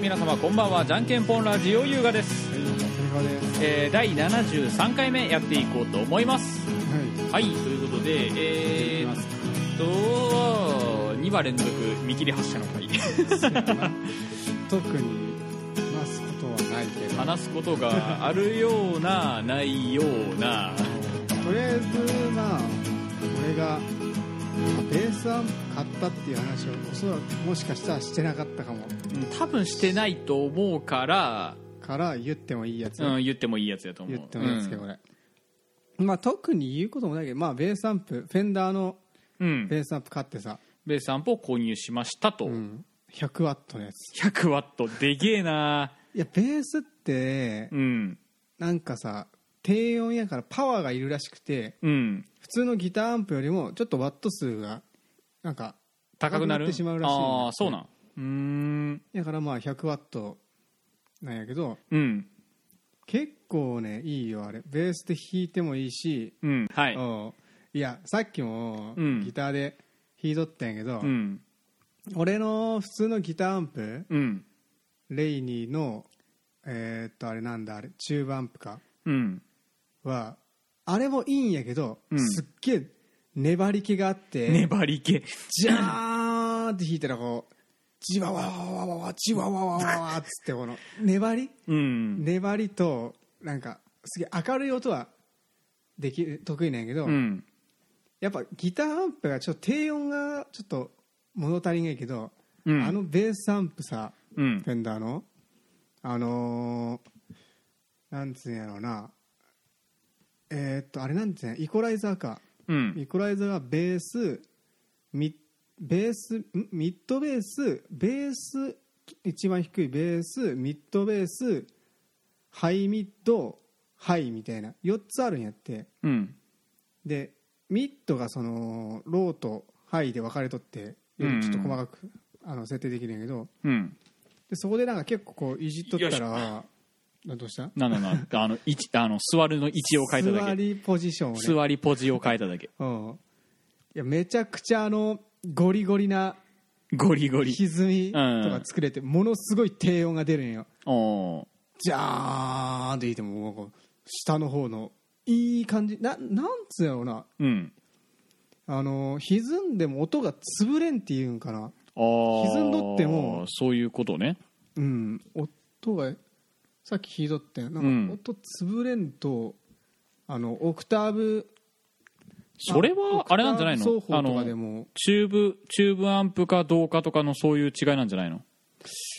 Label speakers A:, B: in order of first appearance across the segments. A: 皆様こんばんはじゃんけんぽんラジオ優雅です、
B: です。
A: えー、第73回目やっていこうと思います
B: は
A: はいということでえー、っと2話連続見切り発車の回
B: い。特に話すことはないけど、
A: 話すことがあるようなないような
B: とりあえずまあ俺がまあベースアンプ買ったっていう話をおそらくもしかしたらしてなかったかも
A: うん多分してないと思うから、
B: から言ってもいいやつ、
A: うん、言ってもいいやつやと思う
B: 言ってもいいやつけど、
A: うん
B: 俺。まあ特に言うこともないけど、まあベースアンプフェンダーの
A: うん
B: ベースアンプ買ってさ、
A: ベースアンプを購入しましたと、
B: うん、100ワットのやつ。
A: 100ワットでげえない
B: やベースって
A: うん
B: なんかさ低音やからパワーがいるらしくて
A: うん
B: 普通のギターアンプよりもちょっとワット数がなんか
A: 高くなる
B: 高くなってしまうらしいんだって
A: ああそうなんうーん
B: だからまあ100ワットなんやけど
A: うん
B: 結構ねいいよあれベースで弾いてもいいし、
A: うんはい
B: おういやさっきも
A: うん
B: ギターで弾いとったんやけど、
A: うん
B: 俺の普通のギターアンプ
A: うん
B: レイニーのえーっとあれなんだあれチューブアンプか
A: うん
B: はあれもいいんやけど、
A: うん
B: すっげえ粘り気があって、
A: 粘り気
B: ジャーンって弾いたらこうジワワワワワワジワワワワワっつってこの粘り
A: うん
B: 粘りとなんかすげえ明るい音はできる得意なんやけど、
A: うん
B: やっぱギターアンプがちょっと低音がちょっと物足りないけど、
A: うん
B: あのベースアンプさ
A: うん
B: フェンダーのあのーなんつうんやろうなえーっとあれなんつうんやイコライザーか
A: うん
B: イコライザーがベースミベースんミッドベースベース一番低いベースミッドベースハイミッドハイみたいな4つあるんやって
A: うん
B: でミッドがそのローとハイで分かれとってよりちょっと細かく、あの設定できるんやけど
A: うん
B: でそこでなんか結構こういじっとったらなどうした
A: なんだなんだあの位置あの座るの位置を変えた
B: 座
A: だけ
B: りポジションをね
A: 座りポジを変えただけ
B: うんいやめちゃくちゃあのゴリゴリな
A: ゴリゴリ
B: 歪みとか作れてものすごい低音が出るんよ
A: おー
B: ジャーンって言ってももうこう下の方のいい感じななんつうやろうな
A: うん
B: あの歪んでも音が潰れんっていうんかな
A: ああ
B: 歪んどっても
A: そういうことね
B: うん音がさっき聞いとってんな
A: うんん
B: か音潰れんとあのオクターブ
A: それはあれなんじゃない
B: オ
A: の
B: クタ
A: あ
B: ーブ奏法と
A: の
B: かでも
A: チューブチューブアンプかどうかとかのそういう違いなんじゃないの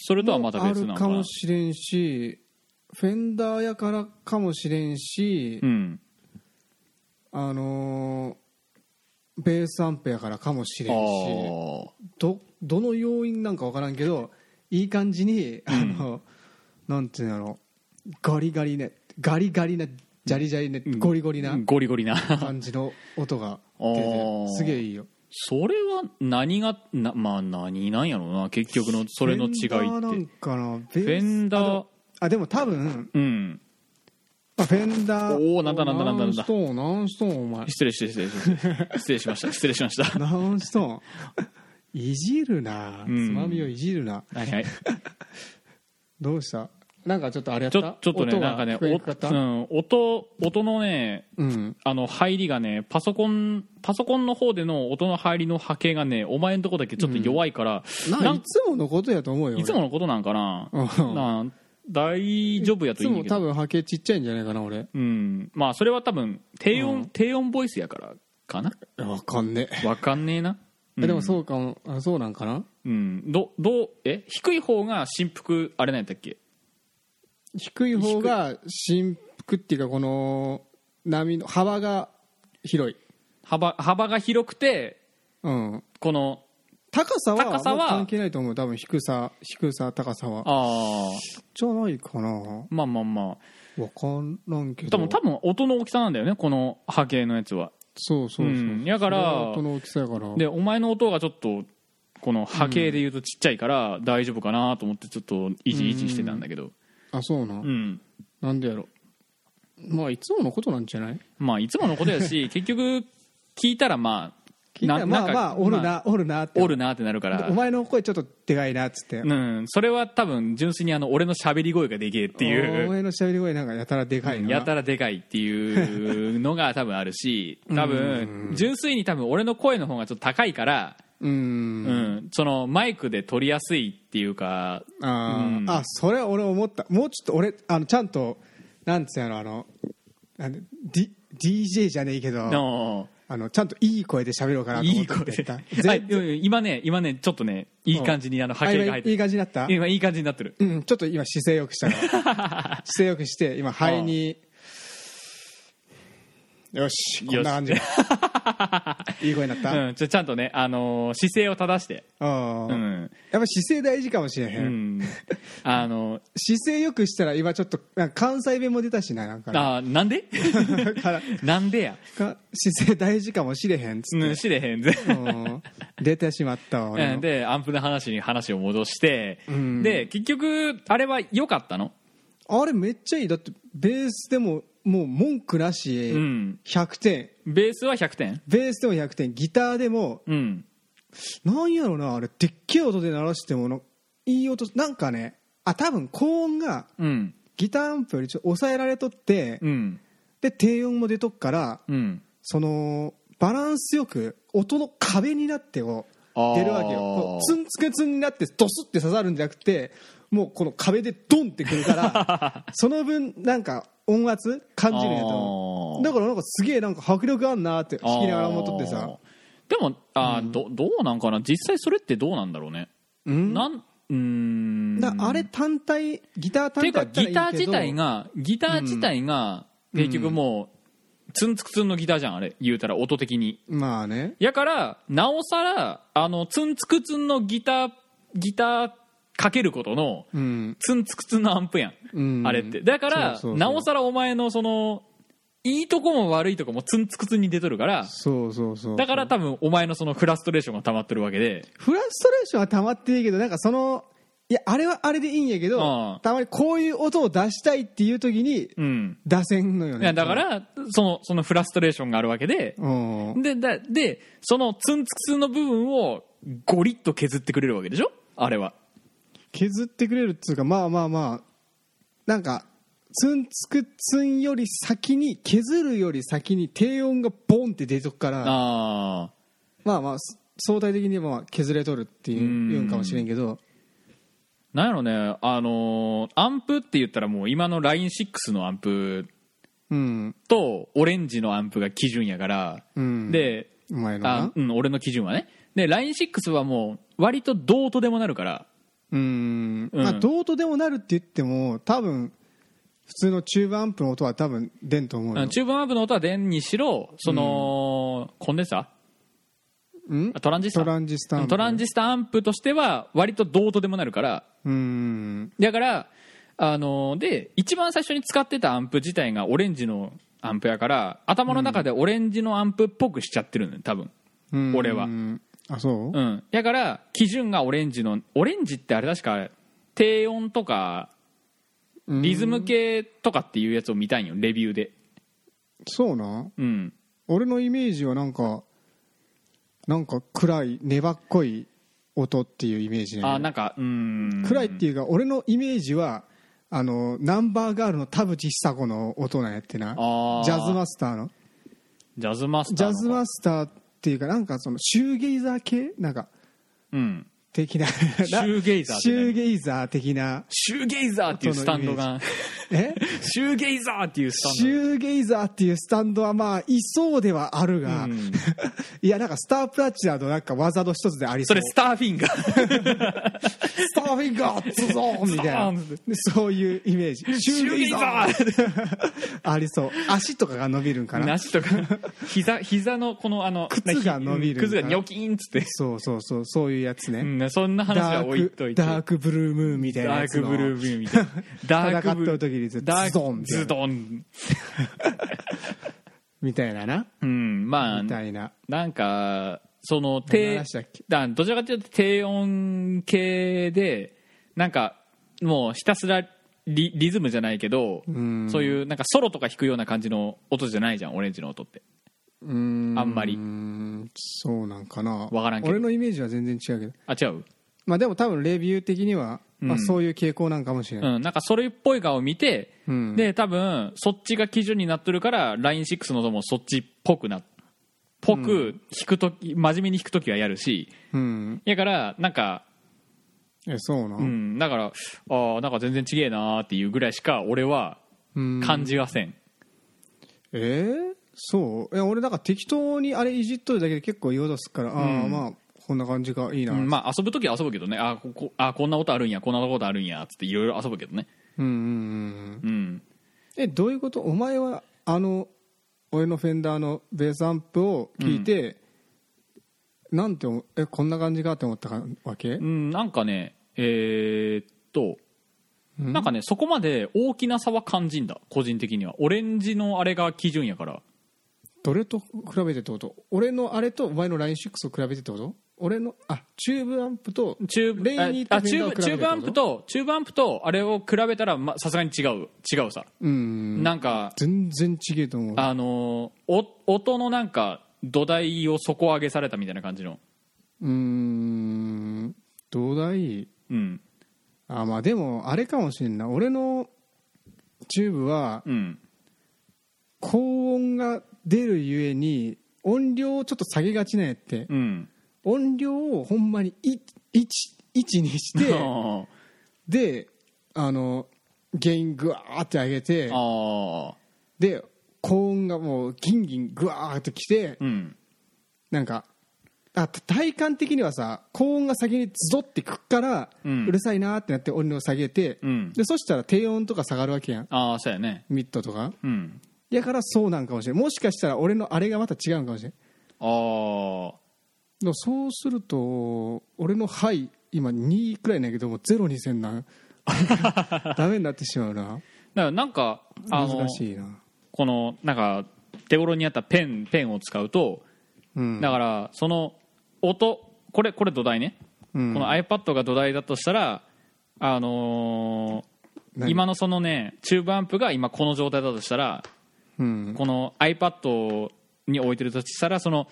A: それとはまた別なの
B: ある
A: か
B: か
A: な
B: もしれんしフェンダーやからかもしれんし、
A: うん
B: あのーベースアンプやからかもし
A: あ
B: れんし
A: ー
B: どどの要因なんか分からんけどいい感じにあの、なんていうんだろうガリガリねガリガリなジャリジャリね、ゴリゴリな
A: ゴリゴリな
B: 感じの音が出て
A: あー
B: すげえいいよ
A: それは何がなまあ何なんやろうな結局のそれの違
B: フェンダーない
A: っ
B: ん
A: て
B: かなベ
A: フェン
B: あで
A: ダー
B: もあでも多分、
A: うん
B: まあ、フェンダー
A: おーなんだなんだなんだなんだ
B: 何ストーン何ストーンお 前
A: 失礼失礼失礼失礼失礼しま した失礼しました
B: 何ストーンいじるなつ
A: うん
B: まみをいじるな、
A: はいはい
B: どうしたなんかちょっとあれやっ
A: ち
B: た
A: ょちょっとね
B: 音が
A: なんかね
B: 聞こえにくかった
A: おうん、音音のね
B: うん
A: あの入りがねパソコンパソコンの方での音の入りの波形がねお前のとこだけちょっと弱いから、
B: なんかいつものことやと思うよ俺
A: いつものことなんかな
B: うん
A: な大丈夫や
B: い
A: と
B: つ
A: いいん
B: も
A: やけ
B: 多
A: ど
B: 分波形ちっちゃいんじゃないかな俺
A: うんまあそれは多分低音、
B: うん
A: 低音ボイスやからかな
B: わかんね
A: わかんねえな、
B: えでもそうかもあそうなんかな
A: うんどどうえ低い方が振幅あれなんやったっけ
B: 低い方が振幅っていうかこの波の幅が広い
A: 幅幅が広くて
B: うん
A: この
B: 高さは
A: 高さは
B: あんま関係ないと思う多分低さ低さ高さは
A: ああ
B: じゃないかな
A: まあまあま
B: わからんけ
A: あ
B: ど
A: 多分多分音の大きさなんだよねこの波形のやつは
B: そうそうそう、
A: うんやから
B: それは音の大きさやから
A: でお前の音がちょっとこの波形で言うとちっちゃいから大丈夫かなと思ってちょっとイジイジしてたんだけど
B: あそうな、
A: うん
B: なんでやろまあいつものことなんじゃない
A: まあいつものことやし結局聞いたらまあ
B: 聞いたらまあまあおる
A: ま
B: なおるなって
A: おるなってなるから
B: お前の声ちょっとでかいなっつって
A: うん、それは多分純粋にあの俺の喋り声がでけえってい
B: お
A: う
B: 前の喋り声なんかやたらでかいな
A: やたらでかいっていうのが多分あるし多分純粋に多分俺の声の方がちょっと高いから、
B: う
A: うん
B: ん
A: そのマイクで取りやすいっていうか
B: あ
A: う
B: ー
A: ん
B: あそれは俺思ったもうちょっと俺あのちゃんとなんつうのあのあの、D、DJ じゃねえけど
A: の
B: あのちゃんといい声で喋ろうかなと
A: い
B: 思っ
A: い
B: て
A: 声
B: やっ
A: で
B: た
A: あうん今ね今ねちょっとねいい感じにあの波
B: あ
A: 形が
B: 今
A: 入っ
B: いい
A: て
B: 感じになった
A: 今いい感じになってる
B: うんちょっと今姿勢よく したの姿勢よくして今肺によしこんな感 じいい声になった、
A: うん、ちょちゃんとね、あのー姿勢を正して、
B: うん
A: うん
B: やっぱ姿勢大事かもしれへ、
A: うんん、あの ー
B: 姿勢よくしたら今ちょっとなんか関西弁も出たしななんかね
A: あーなんで
B: から
A: なんでや、
B: か姿勢大事かもしれへんっつ
A: う
B: っ
A: ん、
B: て、
A: 知れへんぜ、
B: うん出てしまったわ俺
A: う
B: も
A: ん、でアンプの話に話を戻して、
B: ん
A: で結局あれは良かったの
B: あれめっちゃいいだってベースでももう文句なし、
A: うん
B: 100点
A: ベースは100点
B: ベースでも100点ギターでも
A: うん
B: なんやろなあれでっけえ音で鳴らしてものいい音なんかねあ多分高音が
A: うん
B: ギターアンプよりちょっと抑えられとって、
A: うん
B: で低音も出とっから
A: うん
B: そのバランスよく音の壁になってを出るわ
A: あ
B: けよ
A: ー
B: こうツンツケツンになってドスって刺さるんじゃなくてもうこの壁でドンってくるから その分なんか音圧感じるんやと思う
A: あー
B: だからなんかすげえなんか迫力あんなーって弾きながら思っとって
A: あ
B: さ
A: ーでもあー、どどうなんかな実際それってどうなんだろうね
B: うん
A: なんうーん
B: だあれ単体ギター
A: ってい
B: 単体
A: うかギター
B: だったらいいけ
A: 自
B: ど
A: 体がギター自体が結局もうツンツクツンのギターじゃんあれ言うたら音的に
B: まあね
A: やからなおさらあのツンツクツンのギターギターかけることの
B: うん
A: ツンツクツンのアンプやん、
B: うん
A: あれってだから
B: そうそうそう
A: なおさらお前のそのいいとこも悪いとこもツンツクツンに出とるから
B: そうそうそう
A: だから多分お前のそのフラストレーションが溜まってるわけで
B: フラストレーションは溜まっていいけどなんかそのいやあれはあれでいいんやけど
A: うん
B: たまにこういう音を出したいっていう時に
A: うん
B: 出せんのよ
A: い
B: ね
A: やだからそのそのフラストレーションがあるわけで
B: うん
A: でだでそのツンツクツンの部分をゴリッと削ってくれるわけでしょあれは
B: 削ってくれるっつうかまあまあまあなんかツンツクツンより先に削るより先に低音がボンって出とくか
A: あ
B: ら
A: あ
B: まあまあそ相対的にまあ削れとるってい
A: う
B: う
A: ん
B: いうんかもしれんけど
A: なんやろねあのーアンプって言ったらもう今の LINE6 のアンプ
B: うん
A: とオレンジのアンプが基準やから、
B: うん
A: で
B: お前の
A: あ
B: な、
A: うん、俺の基準はねで LINE6 はもう割とどうとでもなるから
B: うん
A: うん
B: まあどうとでもなるって言っても多分普通のチューブアンプの音は多分出んと思う
A: う
B: よ
A: ん中盤アンプの音は電にしろその、コンデンサ
B: うん
A: ートランジスタ
B: トランジスタアン
A: う
B: プ
A: んトランジスタアンプとしては割とどうとでもなるから
B: うん
A: だからあので一番最初に使ってたアンプ自体がオレンジのアンプやから頭の中でオレンジのアンプっぽくしちゃってるのよ多分
B: うん
A: 俺は
B: あそう
A: うんだから基準がオレンジのオレンジってあれ確か低音とか
B: うん
A: リズム系とかっていうやつを見たいんよレビューで
B: そうな
A: うん
B: 俺のイメージはなんかなんか暗い粘っこい音っていうイメージね
A: あなんかうん
B: 暗いっていうか俺のイメージはあのナンバーガールの田淵久子の音なんやってな
A: あー
B: ジャズマスターの
A: ジャズマス
B: ジ
A: ター
B: ャ
A: の
B: ズマスターっていうかなんかそのシューゲイザー系なんか
A: うん
B: 的なシ
A: シューゲイザーって
B: シ
A: 何
B: ューゲイザー的 な
A: シューゲイザーっていうスタンドが
B: え
A: シューゲイザーっていうスタ
B: シ
A: ン
B: ューゲイザーっていうスタンドはまあいそうではあるが、
A: うん
B: いやなんかスタープラチナのなんか技の一つであり
A: ドそ
B: そ
A: うれスターフィンガー
B: スターフィンガーッツゾーンみたいな
A: スター
B: そういうイメージ
A: シューゲイザー
B: ありそう足とかが伸びるんかな
A: 梨とか膝膝のこのあの
B: 靴が伸びる
A: うん靴がニョキーンっつって、
B: そうそうそうそういうやつね、
A: うん、そんな話
B: ダ
A: は置
B: ー
A: い
B: ク
A: といて
B: ダークブルームーンみたいな
A: ダ
B: や
A: ー
B: つ
A: ク
B: の
A: ブルービューみたいなダークブル
B: 戦ってる時にずっと
A: ダーク
B: ズドンみたいな
A: ズドン
B: みたいなな
A: うんまあ
B: みたいな
A: なんかその
B: 何の
A: 低
B: 話だっけ
A: だどちらかというと低音系でなんかもうひたすらリリズムじゃないけど
B: ん
A: そういうなんかソロとか弾くような感じの音じゃないじゃんオレンジの音って
B: うーん
A: あんまり
B: そうなんかな
A: わからんけど
B: 俺のイメージは全然違うけど
A: あ違う
B: まあでも多分レビュー的には、ま
A: うん
B: あ、そういう傾向なんかもしれない、
A: うん、なんかそれっぽい顔を見て、
B: うん
A: で多分そっちが基準になっとるから LINE6 のともそっちっぽくなぽく弾くとき、真面目に弾くときはやるし
B: うん、
A: やからなんか、
B: えそうな
A: う、ん、だからあーなんか全然違えなーっていうぐらいしか俺は
B: うん
A: 感じはせん、
B: えーそういや俺なんか適当にあれいじっとるだけで結構用出すから、ああまあこんな感じがいいな、
A: うんまあ遊ぶ時は遊ぶけどねあーここあーこんなことあるんやこんなことあるんやっつっていろいろ遊ぶけどね
B: うんうんうん
A: うん
B: えどういうことお前はあの俺のフェンダーのベースアンプを聞いて、なんて思うえこんな感じかって思ったかわけ
A: うんなんかねえーっとなんかねそこまで大きな差は感じんだ個人的にはオレンジのあれが基準やから
B: どれと比べてってこと俺のあれとお前の LINE6 を比べてってこと俺のあチューブアンプと
A: チューブ
B: レイニーと
A: あ
B: フ
A: チ
B: ェン
A: ュー
B: ダーを
A: ブ
B: 比べ
A: チ
B: て
A: ュー
B: って
A: ブアン
B: こ
A: プ
B: と
A: とチューブアンプとあれを比べたらまさすがに違う違うさ
B: うん
A: なんか
B: 全然違えと思う
A: あのーお音のなんか土台を底上げされたみたいな感じの
B: うーんどうだい
A: うん
B: あまあでもあれかもしれんな俺のチューブは
A: うん
B: 高音が出るゆえに音量をちょっと下げがちなんやって、
A: うん
B: 音量をほんまに1にして
A: あ
B: であの原因グワーって上げて
A: あ
B: で高音がもうギンギングワーってきて、
A: うん
B: なんかあ体感的にはさ高音が先にズドってくっから、う
A: うん
B: るさいなーってなって音量下げて、
A: うん
B: でそしたら低音とか下がるわけやん
A: ああそうやね
B: ミッドとか
A: うん
B: やからそうなんかもしれんもしかしたら俺のあれがまた違うんかもしれん
A: ああ
B: でもそうすると俺の「はい」今2くらいなんやけどもうゼロにせ んなダメになってしまうな
A: だからなんかあの
B: 難しいな
A: このなんか手頃にあったペンペンを使うと
B: うん
A: だからその音これこれ土台ね、
B: うん
A: この iPad が土台だとしたらあのー
B: 何
A: 今のそのねチューブアンプが今この状態だとしたら
B: うん
A: この iPad に置いてるとしたらその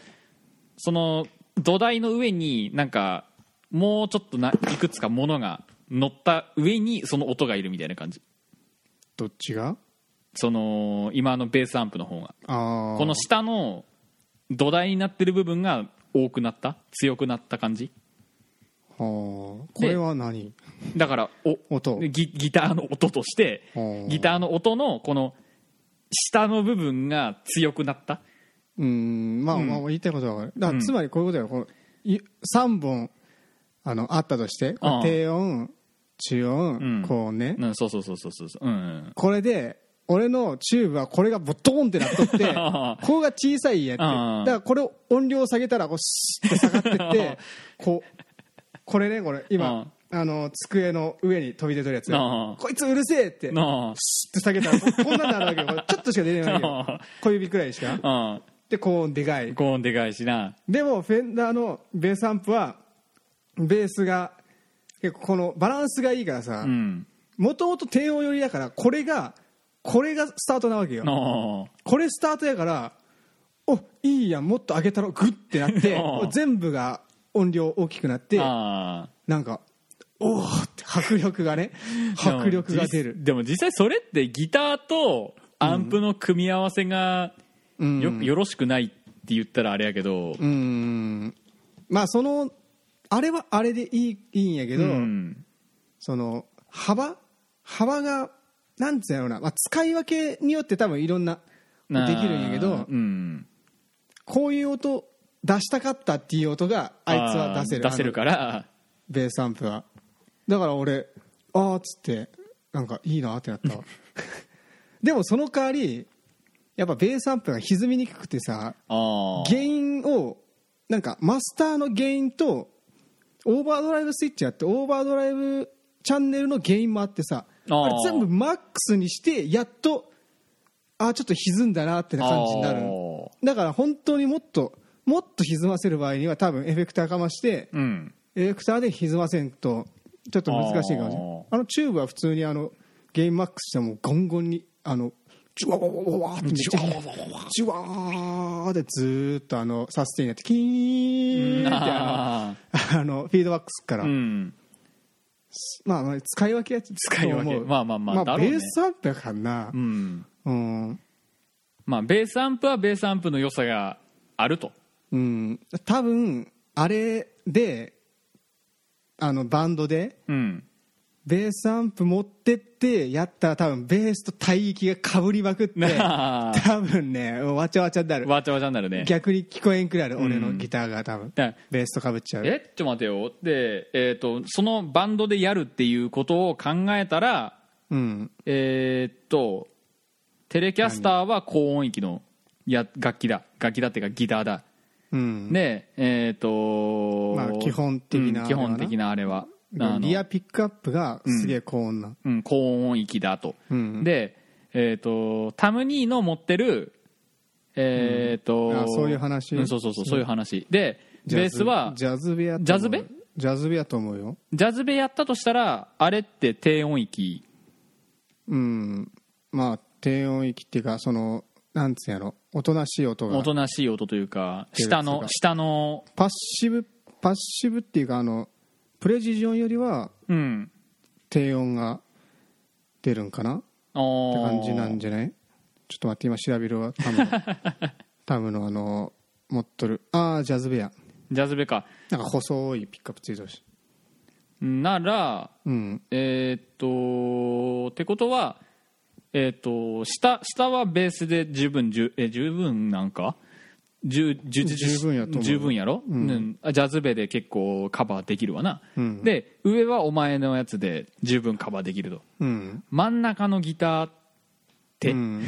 A: その土台の上になんかもうちょっとないくつかものが乗った上にその音がいるみたいな感じ
B: どっちが
A: その今のベースアンプの方が
B: ああ
A: この下の土台になってる部分が多くなった強くなった感じ
B: これは何
A: だからお
B: 音
A: ギギターの音として
B: ほう
A: ギターの音のこの下の部分が強くなった
B: うんまあまあ言いたいことは分かるだからつまりこういうことやこのい3本あのあったとしてこれ
A: ああ
B: 低音中
A: うん
B: 音高音ね
A: うんそうそうそうそうそううんうん
B: これで俺のチューブはこれがボトンってなっとって
A: ああ
B: ここが小さいんやってだ
A: ああ
B: からこれを音量下げたらこうスッて下がってって こうこれねこれ今あの机の上に飛び出てるやつ
A: ああ
B: こいつうるせえって
A: な
B: スッて下げたらここんなんなるわけよこれちょっとしか出れないわけ
A: あ
B: よ小指くらいしか
A: あ
B: で高音でかい
A: 高音でかいしな
B: でもフェンダーのベースアンプはベースが結構このバランスがいいからさ
A: うん
B: もともと低音寄りだからこれがこれがスタートなわけよ
A: あ
B: これスタートやからおいいやんもっと上げたろグッてなって
A: うん
B: 全部が音量大きくなっ
A: あ
B: て
A: ああ
B: なんかおおって迫力がね迫力が出る
A: でも実でも実際それってギターとアンプの組み合わせが
B: うん
A: よ,、よろしくないって言ったらあれやけど
B: うーんまあそのあれはあれでいいいいんやけど、
A: うん
B: その幅幅がなんつうやろうな、まあ、使い分けによって多分いろんな
A: な
B: できるんやけど、
A: うん、
B: こういう音出したかったっていう音があいつは出せる
A: あー出せるから
B: あのベースアンプはだから俺ああっつってなんかいいなって なったわでもその代わりやっぱベースアンプが歪みにくくてさ
A: あー
B: 原因をなんかマスターの原因とオーバードライブスイッチやってオーバードライブチャンネルの原因もあってさ
A: あー
B: あれ全部マックスにしてやっとあーちょっと歪んだなってな感じになる
A: あー
B: だから本当にもっともっと歪ませる場合には多分エフェクターかまして
A: うん
B: エフェクターで歪ませんとちょっと難しいかもしれない
A: あ
B: あのチューブは普通にあのゲインマックスしてもゴンゴンにあのチュワワワワワーって
A: チュワワワ
B: チュワーでずーっとあのサステインやってキーンってあ
A: あ
B: のあのフィードバックスから、
A: ーうん
B: まあまあ使い分けやつ
A: 使い分け
B: と思う
A: まあまあまあだろうね
B: ベースアップやからな
A: うん
B: うん、
A: まあベースアンプはベースアンプの良さがあると
B: うん、多分あれであのバンドで
A: うん
B: ベースアンプ持ってってやったら多分ベースと帯域がかぶりまくっ て
A: なあ
B: 多分ねわちゃわちゃになる
A: わちゃわちゃになるね
B: 逆に聞こえんくらいある
A: ん
B: 俺のギターが多分
A: だから
B: ベースとかぶっちゃう
A: えちょっと待てよで、えー、とそのバンドでやるっていうことを考えたら
B: うん
A: えーっとテレキャスターは高音域のや楽器だ楽器だっていうかギターだ
B: うん
A: でえーっと、
B: まあ基本的な
A: うん基本的なあれはあの
B: リアピックアップがすげえ高音な
A: うん、高音域だと、
B: うん
A: で、えー、とタムニーの持ってるえー、と、
B: あそういう話
A: んそうそうそうそういう話で
B: ジ
A: ベ
B: ャ
A: ー
B: ズ
A: スは
B: ジャズ部屋
A: ジャズ部
B: ジャズ部屋と思うよ
A: ジャズベやったとしたらあれって低音域
B: うんまあ低音域っていうかそのなんつうんやろおとなしい音が
A: おとなしい音というか
B: 低音
A: 下の
B: とか
A: 下の
B: パッシブパッシブっていうかあのプレジジョンよりは
A: うん
B: 低音が出るんかなっ
A: お
B: て
A: ー
B: 感じなんじゃないちょっと待って今調べる わタムのタムのあの持っとるああジャズベア
A: ジャズベか
B: なんか細いピックアップついてるし
A: なら
B: うん
A: えーっとってことはえーっと下下はベースで十分十え十分なんか十十
B: 十分やと思う
A: 十分やろ、うんあジャズベで結構カバーできるわな、
B: うん
A: で上はお前のやつで十分カバーできると
B: うん
A: 真ん中のギターって
B: うん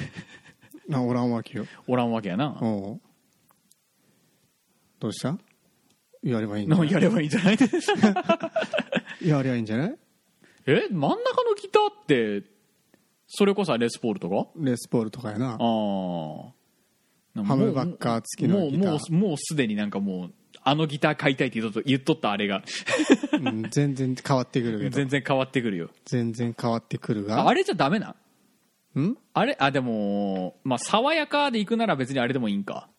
B: なおらん わけよ
A: おらんわけやな、
B: おうどうしたやればいいんじゃ
A: の
B: ない
A: やればいいんじゃない
B: やればいいんじゃない
A: え真ん中のギターってそれこそレスポールとか
B: レスポールとかやな
A: ああ
B: ハムバッカー付きのギター
A: もうもうもうすでになんかもうあのギター買いたいって言っとった言っとったあれが
B: うん全然変わってくるけど
A: 全然変わってくるよ
B: 全然変わってくる
A: あ
B: が
A: あれじゃダメなん
B: ん
A: あれあでもまあ爽やかで行くなら別にあれでもいいんか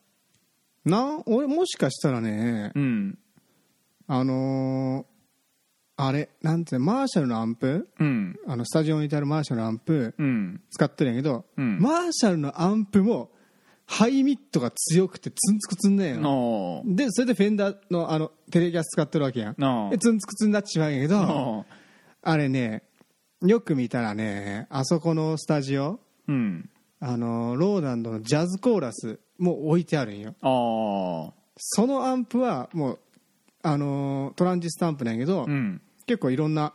B: な俺もしかしたらね
A: うん
B: あのーあれなんていうのマーシャルのアンプ
A: うん
B: あのスタジオにいてあるマーシャルのアンプ
A: うん
B: 使ってるんやけど、
A: うん
B: マーシャルのアンプもハイミットが強くてツンツクツンだよ
A: の
B: でそれでフェンダーのあのテレキャス使ってるわけやん
A: ああ
B: でツンツクツンになってしまうんやけど
A: の
B: あれねよく見たらねあそこのスタジオ
A: うん
B: あのローランドのジャズコーラスも置いてあるんよ
A: ああ
B: そのアンプはもうあのトランジスタンプなんやけど、
A: うん
B: 結構いろんな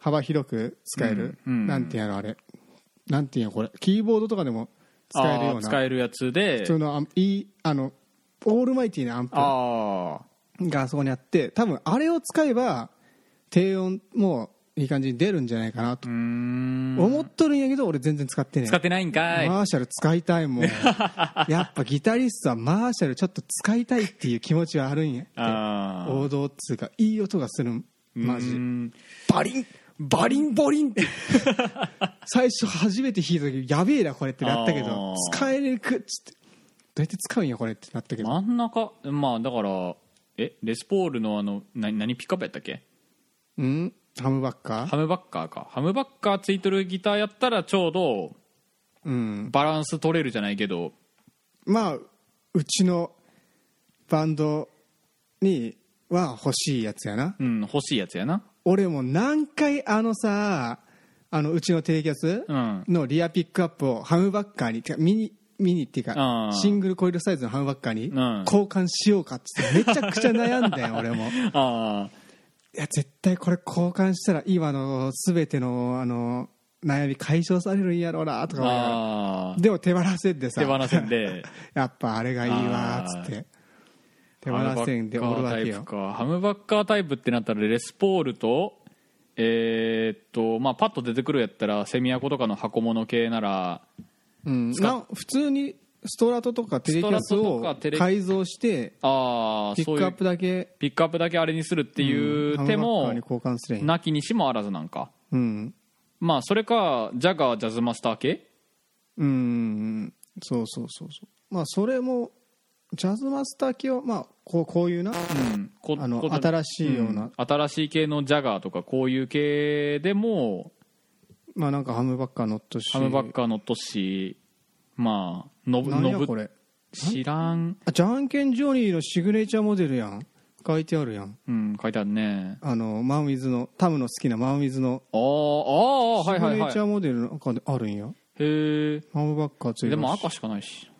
B: 幅広く使える、
A: うんうん
B: なんていうんやろあれなんていうんやこれキーボードとかでも使える
A: あ
B: よう
A: ー
B: な
A: 使えるやつで
B: 普通のアンいいあのオールマイティーなアンプ
A: ああ
B: があそこにあって多分あれを使えば低音もいい感じに出るんじゃないかなと
A: うーん
B: 思っとるんやけど俺全然使ってね
A: 使ってないんかい
B: マーシャル使い たいもんやっぱギタリストはマーシャルちょっと使いたいっていう気持ちはあるんや
A: あー
B: 王道っつうかいい音がするんマジ
A: うーん
B: バリンバリンボリンって最初初めて弾いた時やべえなこれってなったけ
A: あー
B: ど使えるくっつってどうやって使うんやこれってなったけど
A: 真ん中まあだからえレスポールのあのな何ピックアップやったっけ
B: うんハムバッカー
A: ハムバッカーかハムバッカーついてるギターやったらちょうど
B: うん
A: バランス取れるじゃないけど
B: まあうちのバンドには欲しいやつやな
A: うん欲しいやつやな
B: 俺も何回あのさあのうちの低気圧
A: うん
B: のリアピックアップをハムバッカーにてかミニミニっていう
A: あ
B: か
A: ー
B: シングルコイルサイズのハムバッカーに
A: ん
B: 交換しようかっつってめちゃくちゃ悩んだよ俺もい
A: あ
B: や絶対これ交換したら今の全てのあの悩み解消されるんやろうなと
A: ー
B: か思いながら
A: あー
B: でも手放せんでさ
A: 手放せんで
B: やっぱあれがいいわっつって手放せんでおるわけよ
A: ハムバッカータイプってなったらレスポールとえーっとまあパッと出てくるやったらセミアコとかの箱物系なら
B: うん、
A: 使っ
B: な普通にストラトとかテレキャス
A: ストラトと
B: を
A: かテレ
B: 改造して
A: ああ
B: ピックアップだけ
A: ピックアップだけあれにするっていう
B: うん
A: 手
B: ハ
A: も
B: ンバッガーに交換すればいい
A: なきにしもあらずなんか
B: うん
A: まあそれかジャガージャズマスター系
B: うんそうそうそうそうまあそれもジャズマスター系はまあこうこういうな
A: うんこ
B: あの
A: こ
B: 新しいようなん
A: 新しい系のジャガーとかこういう系でも
B: まあなんかハムバッカー乗っとし
A: ハムバッカーの年まあのぶ
B: 何や
A: の
B: こ
A: ぶ
B: れ
A: 知らん、
B: あじゃんけんジョニーのシグネチャーモデルやん書いてあるやん
A: うん、書いてあるね
B: あのマンウィズのタムの好きなマンウィズの
A: あーあー
B: シ
A: はい
B: グ
A: はいは
B: ネ
A: い
B: チャーモデルの中であるんや
A: へ
B: ハムバッカーついて
A: え
B: る
A: で
B: し
A: も赤しかないし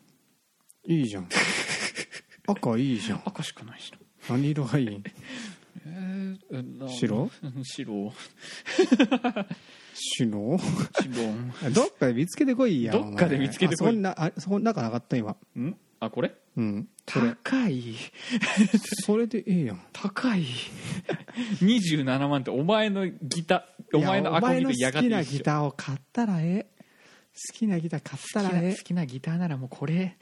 B: いいじ ゃん赤いいじゃん
A: 赤しかないしな
B: 何色がいいん
A: えーな
B: 白
A: うん 白
B: 白
A: 白
B: どっかで見つけてこいや
A: どっかで見つけてこい
B: いそこになあそこの中なかった今
A: んあこれ
B: うんそれ
A: 高い
B: それでええやん
A: 高 い27万ってお前のギターお前のアコギとやがて
B: いやお前の好きな
A: 一
B: ギ
A: 緒
B: ターを買ったらええ好きなギター買ったらええ
A: 好きなギターならもうこれ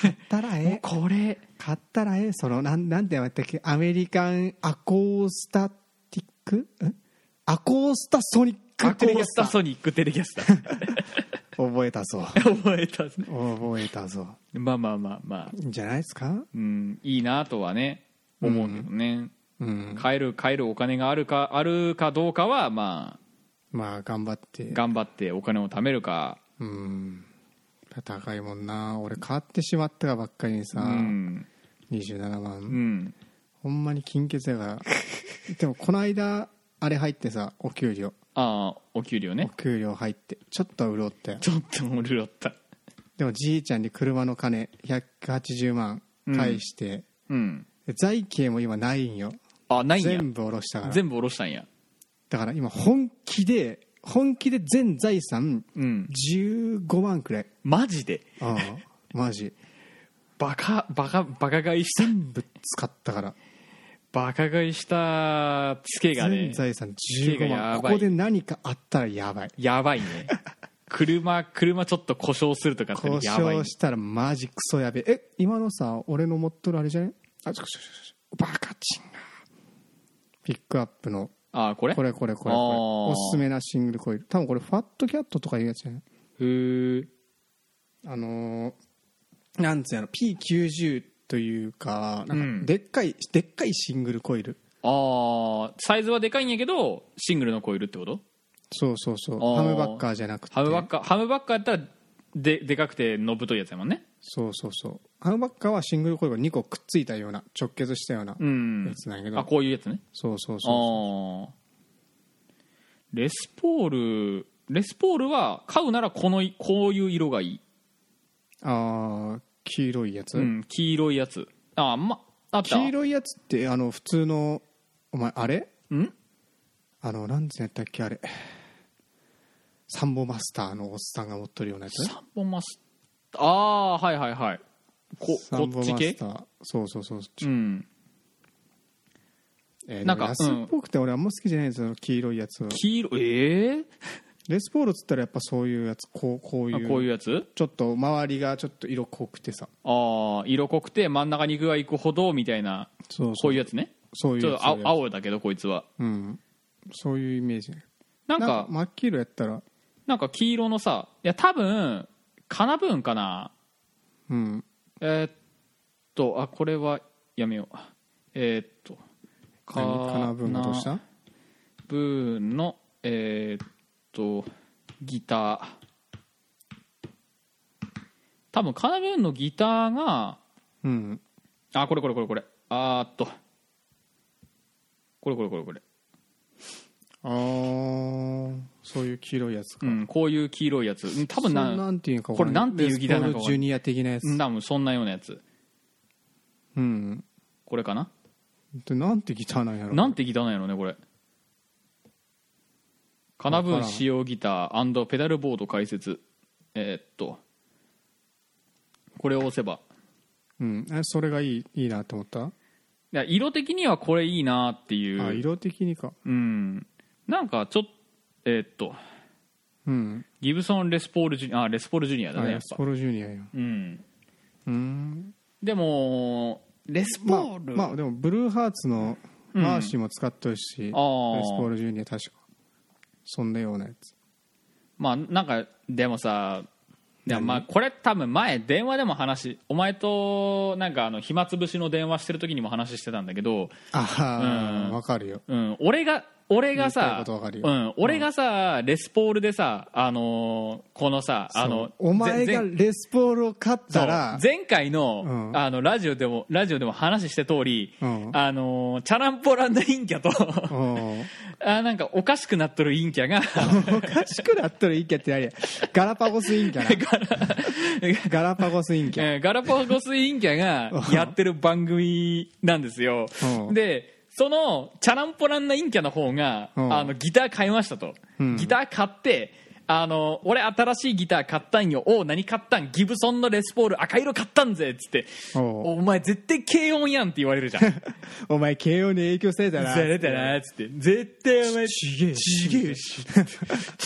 B: 買ったらえ
A: もう
B: え
A: これ
B: 買ったらええそのなんなんて言われたっけアメリカンアコースタティックんアコースタソニッ
A: アコ
B: クテレキ
A: ー
B: ャ
A: ス
B: ス
A: タ
B: タ
A: ソニックテレキャスタ
B: 覚えたぞ
A: 覚えたね
B: 覚えたぞ
A: まあまあまあまあ
B: いいんじゃないですか
A: うんいいなとはね思うけどね、
B: うん
A: 買える買えるお金があるかあるかどうかはまあ
B: まあ頑張って
A: 頑張ってお金を貯めるか
B: うん高いもんな俺買ってしまったがばっかりにさ、
A: うん
B: 27万、
A: うん
B: ほんまに金欠やからでもこの間あれ入ってさお給料
A: ああお給料
B: お
A: ね
B: 給料入ってちょっとは潤ったよ
A: ちょっともう潤った
B: でもじいちゃんに車の金180万返して、
A: うん
B: で財形も今ないんよ
A: あないんや
B: 全部下ろしたから
A: 全部下ろしたんや
B: だから今本気で本気で全財産
A: うん
B: 15万くらい
A: マジで
B: ああマジ
A: バカバカバカ買いした
B: ぶっ使ったから
A: バカ買いしたツケがね
B: 全財産
A: 手
B: 15
A: がや
B: 万こ
A: ばい
B: こで何かあったらやばい
A: やばい ね車車ちょっと故障するとかって
B: 交
A: やばいね
B: 渉したらマジクソやべええ今のさ俺の持っとるあれじゃねあちょちょちょちょバカチンがピックアップの
A: あこれ
B: これこれこれこれ
A: あー
B: おすすめなシングルコイル多分これファットキャットとかいうやつやね
A: へー
B: あのーなんつうやろ P90 というかな
A: うんん
B: かでっかい、でっかいシングルコイル
A: ああサイズはでかいんやけどシングルのコイルってこと
B: そうそうそう
A: あー
B: ハムバッカーじゃなくて
A: ハムバッカーハムバッカーやったらででかくてのぶといやつやもんね
B: そうそうそうハムバッカーはシングルコイルが2個くっついたような直結したような
A: う
B: や
A: ん
B: つなんやけど、
A: あこういうやつね
B: そうそうそう
A: ああレスポールレスポールは買うならこのいこういう色がいい、
B: あー黄色いやつ、
A: うん、黄色いやつああんまあった
B: 黄色いやつってあの普通のお前あれ
A: ん
B: あの何てやったっけあれサンボマスターのおっさんが持っとるようなやつ
A: サンボマスああーはいはいはいこ
B: サ
A: こ
B: ンボ
A: っ
B: マ
A: ち系
B: スターそうそうそう、
A: うん
B: えー
A: なんか
B: でも安っぽくて俺あんま好きじゃないんですよ黄色いやつ
A: 黄色ええ
B: レスポールっつったらやっぱそういうやつこうこういう
A: あこういうやつ
B: ちょっと周りがちょっと色濃くてさ
A: ああ色濃くて真ん中に行くが行くほどみたいな
B: そう
A: こ
B: そう
A: いう
B: う
A: やつね
B: そういう
A: ちょっ
B: やつ
A: と青青だけどこいつは
B: うん、そういうイメージ
A: なん
B: なん
A: か
B: か真っ黄色やったら
A: なんか黄色のさいや多分カナブーンかな
B: うん
A: えーっとあこれはやめようえーっと
B: カナブンがどうした
A: ブーンのえーっとギター多分カナブーンのギターが
B: うん
A: あこれこれこれこれあーっとこれこれこれこれ
B: あーそういう黄色いやつか、
A: うんこういう黄色いやつうん多分
B: そん
A: な
B: なんていうんか
A: これなんていうギターなの
B: レ
A: か
B: スポールジュニア的なやつ
A: うん多分そんなようなやつ
B: うん
A: これかな
B: でなんてギターなんやろ
A: なんてギターなんやろねこれカナブーン使用ギターペダルボード解説えーっとこれを押せば
B: うんえそれがいいいいなと思った、
A: いや色的にはこれいいなっていう
B: あ色的にか
A: うんなんかちょっえーっと
B: うん
A: ギブソン・レスポールジュニアあレスポールジュニアだ
B: あ
A: ねやっ
B: レス
A: ぱ
B: ポールジュニアや
A: うん
B: うん
A: でもレス
B: ま
A: ポ
B: あ
A: ール、
B: まあでもブルーハーツの
A: うん
B: マーシーも使っとるし、レス
A: あー
B: ポールジュニア確かそんなようなやつ
A: まあなんかでもさいやまあこれ多分前電話でも話お前となんかあの暇つぶしの電話してる時にも話してたんだけど、
B: あ
A: うん
B: あわかるよ
A: うん、俺が俺が
B: 言いたい
A: さ
B: ことわかるよ
A: うん、俺がさ、レスポールでさあのーこのさあの
B: そうお前
A: ぜ
B: が
A: ん
B: レスポールを買ったら
A: そう前回の,、
B: うん
A: あのラジオでもラジオでも話した通り、
B: うん
A: あのーチャランポランド陰キャと
B: うん
A: あなんかおかしくなっとる陰キャが
B: おかしくなったらいいキャってあれガラパゴスインキ ャなガラパゴスインキャ
A: えーガラパゴス陰キャが
B: うん
A: やってる番組なんですよ、
B: うん
A: でそのチャランポランな陰キャの方が、
B: うん
A: あのギター買いましたと、
B: うん
A: ギター買ってあの俺新しいギター買ったんよおう何買ったんギブソンのレスポール赤色買ったんぜっつって
B: おう
A: お前絶対軽音やんって言われるじゃん
B: お前慶応に影響されたな
A: それだなっつって絶対お前
B: ちげえ
A: ちげえしっつって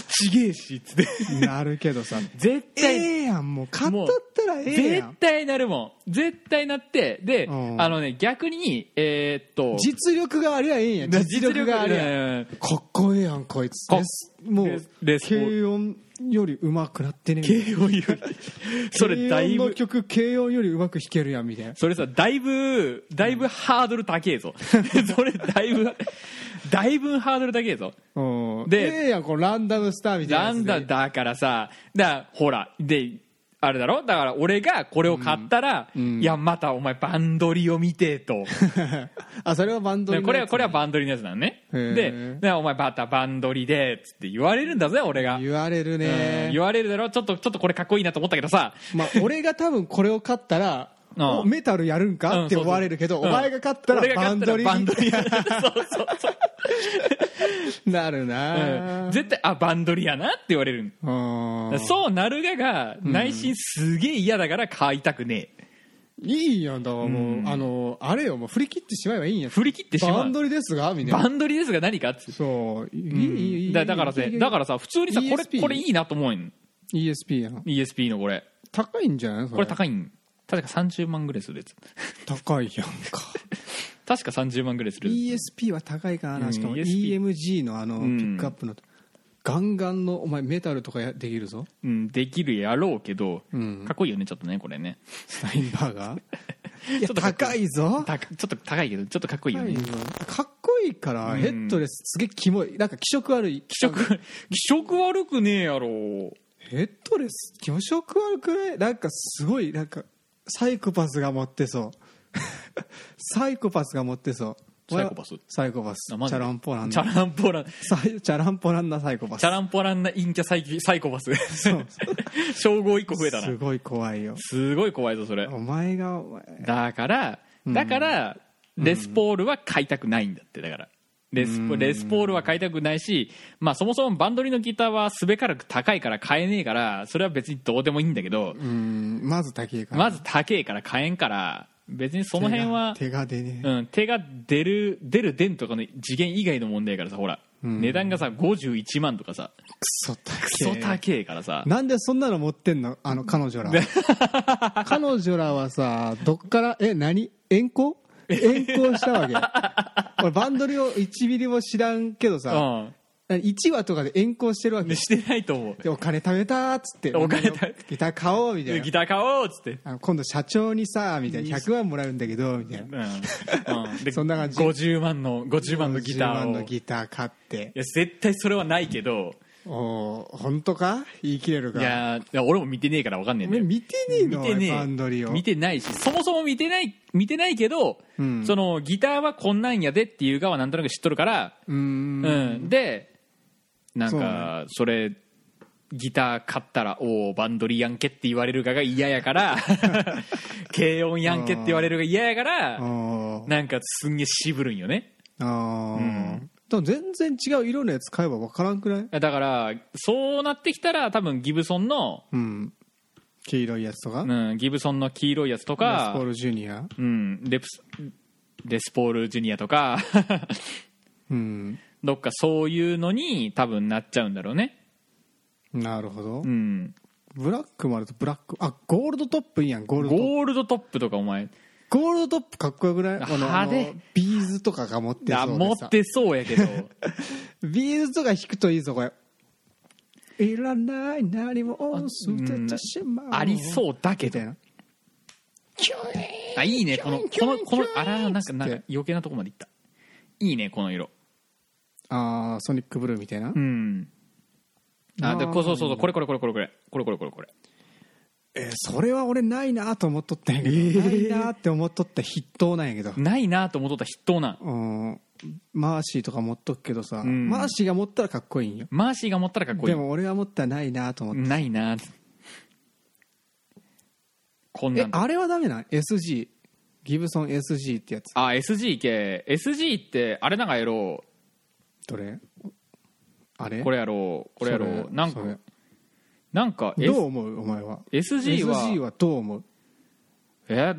A: ちげえしっつって
B: なるけどさ
A: 絶対
B: ええやんもう買っとったらええや
A: 絶
B: ん
A: 対なるもん絶対なってで、
B: うん
A: あのね逆にえーっと
B: 実力がありゃいいんや実力がありゃ
A: うん
B: かっこええやんこいつ
A: かっ
B: レスもう
A: レスポール
B: 軽音より上手くなってね
A: 軽音より それだい
B: 軽音の
A: ぶ
B: 曲軽音より上手く弾けるやんみたいな
A: それさだいぶだいぶハードル高え ぞそれだいぶだいぶハードル高えぞ
B: うん
A: で
B: ええやんこのランダムスターみたいな
A: な
B: やつ
A: ん
B: で
A: だだからさだからほらであれだろだから俺がこれを買ったら、
B: ん
A: いやまたお前バンドリを見てえと
B: あそれはバンド
A: で
B: に
A: これはこれはバンドリのやつなのね
B: へー
A: ででお前またバンドリでつって言われるんだぜ俺が
B: 言われる
A: うん
B: ね
A: 言われるだろちょっとちょっとこれかっこいいなと思ったけどさ
B: まあ俺が多分これを買ったら
A: うん
B: おメタルやるん
A: うん
B: かって
A: そうそう
B: 思われるけど
A: うん
B: お前が買ったら
A: 俺が
B: バ
A: 買
B: ン
A: った
B: ド
A: ら
B: リ
A: バンド
B: に
A: リそうそ うそう
B: なる
A: う
B: なん
A: 絶対あバンドリやなって言われる
B: うん
A: そうなるがが内心すげえ嫌だから買いたくねえ
B: いいやんだからもう、
A: うん
B: あのあれよもう振り切ってしまえばいいんや
A: 振り切ってしまう
B: バンドリですがみたい
A: バ
B: な
A: ンドリですが何かっつって
B: そういいいいいい
A: だだから
B: いい
A: ね
B: いい
A: だからさ普通にさこれ
B: ESP
A: これいいなと思うん
B: ESP やん
A: ESP のこれ
B: 高いんじゃないそ
A: これ
B: れ
A: 高いん確か30万ぐらいするやつ
B: 高いやんか
A: 確か30万ぐらいする
B: ESP は高いから
A: うん
B: なしかも
A: ESP
B: EMG のあのピ
A: うん
B: ックアップの、ガンガンのお前メタルとかやできる ぞ
A: うんできるやろうけど
B: うん
A: かっこいいよねちょっとねこれね
B: スタインバ ーガーい
A: ち
B: や
A: ょっとかっこ
B: 高いぞ
A: たちょっと高いけどちょっとかっこいいよ
B: 高い
A: ね
B: ぞかっこいいからヘッドレスすげえキモいなんか気色悪い
A: 気色気色悪くねえやろ
B: ヘッドレス気色悪くないなんかすごいなんかサイコパスが持ってそう サイコパスが持ってそう
A: サイコパス
B: サイコパスチ
A: あマジ
B: ャランポラン
A: チャ
B: な
A: ランポラン
B: サイチャランポランなサイコパス
A: チャランポランな陰キャサイキサイコパス
B: そう
A: 称号1個増えたな
B: すごい怖いよ
A: すごい怖いぞそれ
B: お前がお前
A: だからだからレスポールは買いたくないんだってだからレスポレスポールは買いたくないし、まあ、そもそもバンドリのギターはすべからく高いから買えねえからそれは別にどうでもいいんだけど
B: うーんまず高いから
A: まず高えから買えんから別にそ
B: こ
A: の辺は
B: 手が手が出ねえ
A: うん、手が出る出る出んとかの次元以外の問題やからさほら、
B: うん
A: 値段がさ51万とかさ
B: クソ高
A: クソ高えからさ
B: なんでそんなの持ってんのあの彼 女ら彼女らはさどっからえ何遠行遠行し たわけ俺バンドリを1ミリも知らんけどさ、1話とかで遠行してるわ
A: うん
B: け
A: でしてないと思う
B: でお金貯めたーっつって
A: お金貯め
B: ギター買おうみたいな
A: ギター買おうっつって、
B: あの今度社長にさみたいな100万もらうんだけどみたいな
A: うんうんで
B: そんな感じ
A: 50万の50万のギタ
B: 10
A: ー
B: 万
A: を
B: の
A: い
B: ギター買って
A: や絶対それはないけど
B: おー本当か言い切れる
A: い
B: か
A: やいや俺も見てねえから分かんねえん
B: お
A: だ
B: 前
A: よ
B: 見てねえの
A: 見てねえ
B: バンドリを
A: 見てないしそもそも見てない見てないけど、
B: うん
A: そのギターはこんなんやでっていう側はなんとなく知っとるから
B: うーん
A: うん、でなん
B: そう
A: かそれギター買ったら「おおバンドリやんけ」って言われるがが嫌やから 軽音やんけって言われるが嫌やから
B: おー
A: なんかすんげえ渋るんよね
B: ああ、
A: うん
B: でも全然違う色のやつ買えば分からんくない
A: だからそうなってきたら多分ギブソンの、
B: うん黄色いやつとか、
A: うん、ギブソンの黄色いやつと
B: レス
A: か
B: ポールジュニア
A: うん、レプスレスポールジュニアとか
B: うん
A: どっかそういうのに多分なっちゃうんだろうね
B: なるほど、
A: うん
B: ブラックもあるとブラックあゴールドトップいいやんゴールドトップ
A: ゴールドトップとかお前
B: ゴールドトップかっこよくないあの
A: 派手
B: あのビーズとかが持って
A: あ
B: そう
A: 持
B: で
A: っ
B: さ
A: てそうやけど
B: ビーズとか弾くといいぞこれいらない何も捨ててしまう
A: あり
B: う
A: そうだけ
B: み
A: ど
B: たいな
A: あいいねこのこのこのあらなんかなん
B: つ
A: か
B: って
A: 余計なとこまでいったいいねこの色
B: あーソニックブルーみたいな、
A: うんあで
B: あー
A: こうそうそうそうこれこれこれこれこれこれこれこれこれ
B: えーそれは俺ないなと思っとったんやけど、ないなって思っとった筆頭なんやけど、
A: ないなと思っとった筆頭なん
B: うん、マーシーとか持っとくけどさ、
A: ん
B: マーシーが持ったらかっこいいんよ
A: マーシーが持ったらかっこいい
B: でも俺が持ったらないなと思って、
A: ないなこんな
B: え
A: んだ
B: あれはダメなん SG ギブソン SG ってやつ
A: あ SG 系 SG ってあれなんかやろ
B: どれあれ
A: うこれやろうこれやろ
B: そうれ
A: なんか
B: それ
A: なんか、
B: ど
A: S
B: う思うお前は
A: SG は
B: SG はどう思う
A: え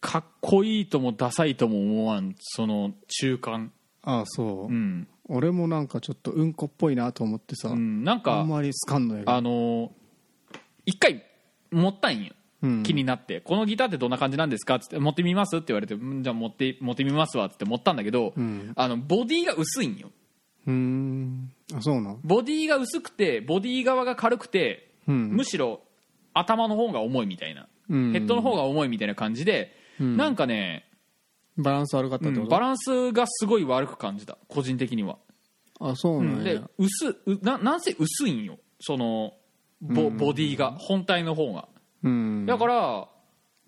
A: かっこいいともダサいとも思わんその中間
B: ああそ
A: う
B: う、
A: ん、
B: 俺もなんかちょっとうんこっぽいなと思ってさ、
A: うん、なん
B: あ
A: か
B: んまり好かんのやけど
A: あのー一回持ったんよ
B: うん
A: 気になって「このギターってどんな感じなんですか?」っつって「持ってみます?」って言われてうん「じゃあ持って持ってみますわ」っつって持ったんだけど、
B: うん
A: あのボディが薄いんよ
B: うーんあそうなん
A: ボディが薄くてボディ側が軽くて、
B: うん
A: むしろ頭の方が重いみたいな、
B: うん
A: ヘッドの方が重いみたいな感じで、なんかね、
B: バランス悪かった
A: う
B: っ
A: ん
B: てこと、
A: バランスがすごい悪く感じた個人的には
B: あそうなんや、
A: で薄うななんせ薄いんよそのボボディが本体の方が
B: うん
A: だから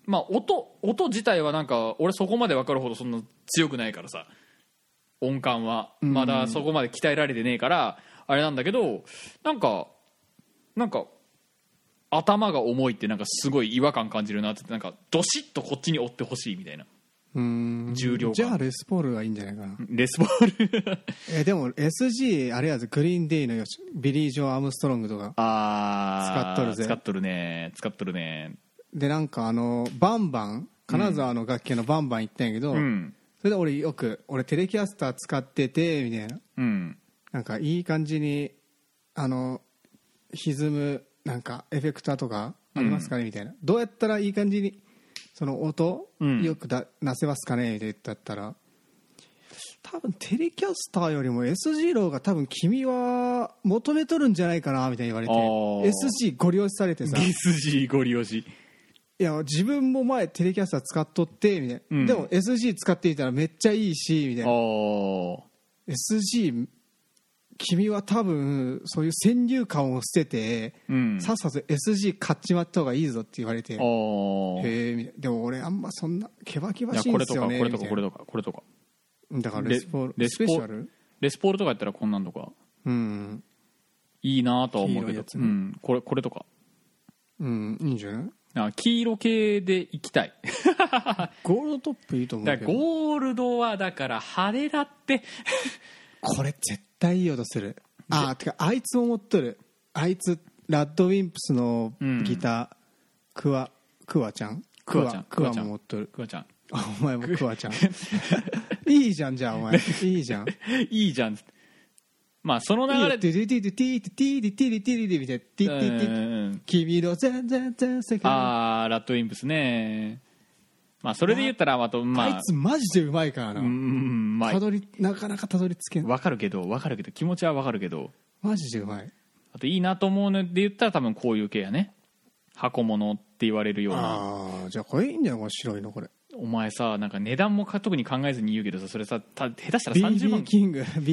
A: まあ音音自体はなんか俺そこまで分かるほどそんな強くないからさ音感は
B: ん
A: まだそこまで鍛えられてねえからあれなんだけどなんかなんか頭が重いってなんかすごい違和感感じるなってなんかどしっとこっちに追ってほしいみたいな
B: うーん
A: 重量感
B: じゃあレスポールがいいんじゃないかな、
A: レスボール
B: えでも SG あれやぜグリーンデイのよしビリー・ジョー・アームストロングとか
A: あ
B: ー使っとるぜ
A: 使っとるね使っとるね
B: でなんかあのバンバン金沢の楽器屋のバンバン行ったんやけど、
A: うん
B: それで俺よく俺テレキャスター使っててみたいな
A: うん
B: なんかいい感じにあの歪むなんかエフェクターとかありますかね、みたいなどうやったらいい感じにその音、
A: うん
B: よくだ出せますかねみたいな言ったら多分テレキャスターよりも SG ローが多分君は求めとるんじゃないかなみたいに言われて
A: あー
B: SG ご利用しされてさ
A: ゲスジーゴリ押し
B: いや自分も前テレキャスター使っとってみたいな、
A: うん
B: でも SG 使ってみたらめっちゃいいしみたい
A: あ
B: な
A: ー
B: SG 君は多分そういう先入観を捨てて、
A: うん
B: さっさと SG 買っちまった方がいいぞって言われて
A: あ
B: へ
A: ー
B: えみたいなでも俺あんまそんなけばけば
A: いや
B: しい
A: こ
B: ん
A: れ
B: で
A: と
B: す
A: か
B: よね
A: これとか
B: みたい
A: これ
B: な
A: とかこれとか
B: だからレスポール
A: レレ
B: ス
A: ス
B: ペ
A: ポ
B: シャル
A: レスポールとかやったらこんなんとか
B: うん、
A: いいなとは思うけ
B: 黄色いや
A: ど
B: つ
A: う
B: ね
A: んこれこれとか
B: うん、いいんじゃない
A: あ黄色系でいきたい
B: ゴールドトップいいと思う
A: だ
B: け
A: から
B: ど
A: ゴールドはだから派手だ って
B: これ絶対いい音するああてかあいつも持っとるあいつラッドウィンプスのギター、クワクワちゃん
A: クワちゃん
B: クワ
A: クワちゃん
B: も持っとる
A: クワちゃん
B: あお前もクワちゃんいいじゃんじゃあお前いいじゃん
A: いいじゃんまあその
B: いいよ
A: 流れ
B: ティリティリティリティリティリティリティリティリティリティリティリティ
A: うん
B: 君の全然全世界あ
A: あーラッドウィンプスねまあそれで言ったらあとまあ
B: いつマジでうまいから
A: うんう
B: なん
A: ま
B: た
A: あ
B: どりなかなかたどり着けん
A: わかるけどわかるけど気持ちはわかるけど
B: マジでうまい
A: あといいなと思うので言ったら多分こういう系やね箱物って言われるような
B: ああじゃあこれいいんじゃないこの白いのこれ
A: お前さなんか値段もか特に考えずに言うけどさそれさた下手したら30
B: BB
A: 万
B: キング BB キング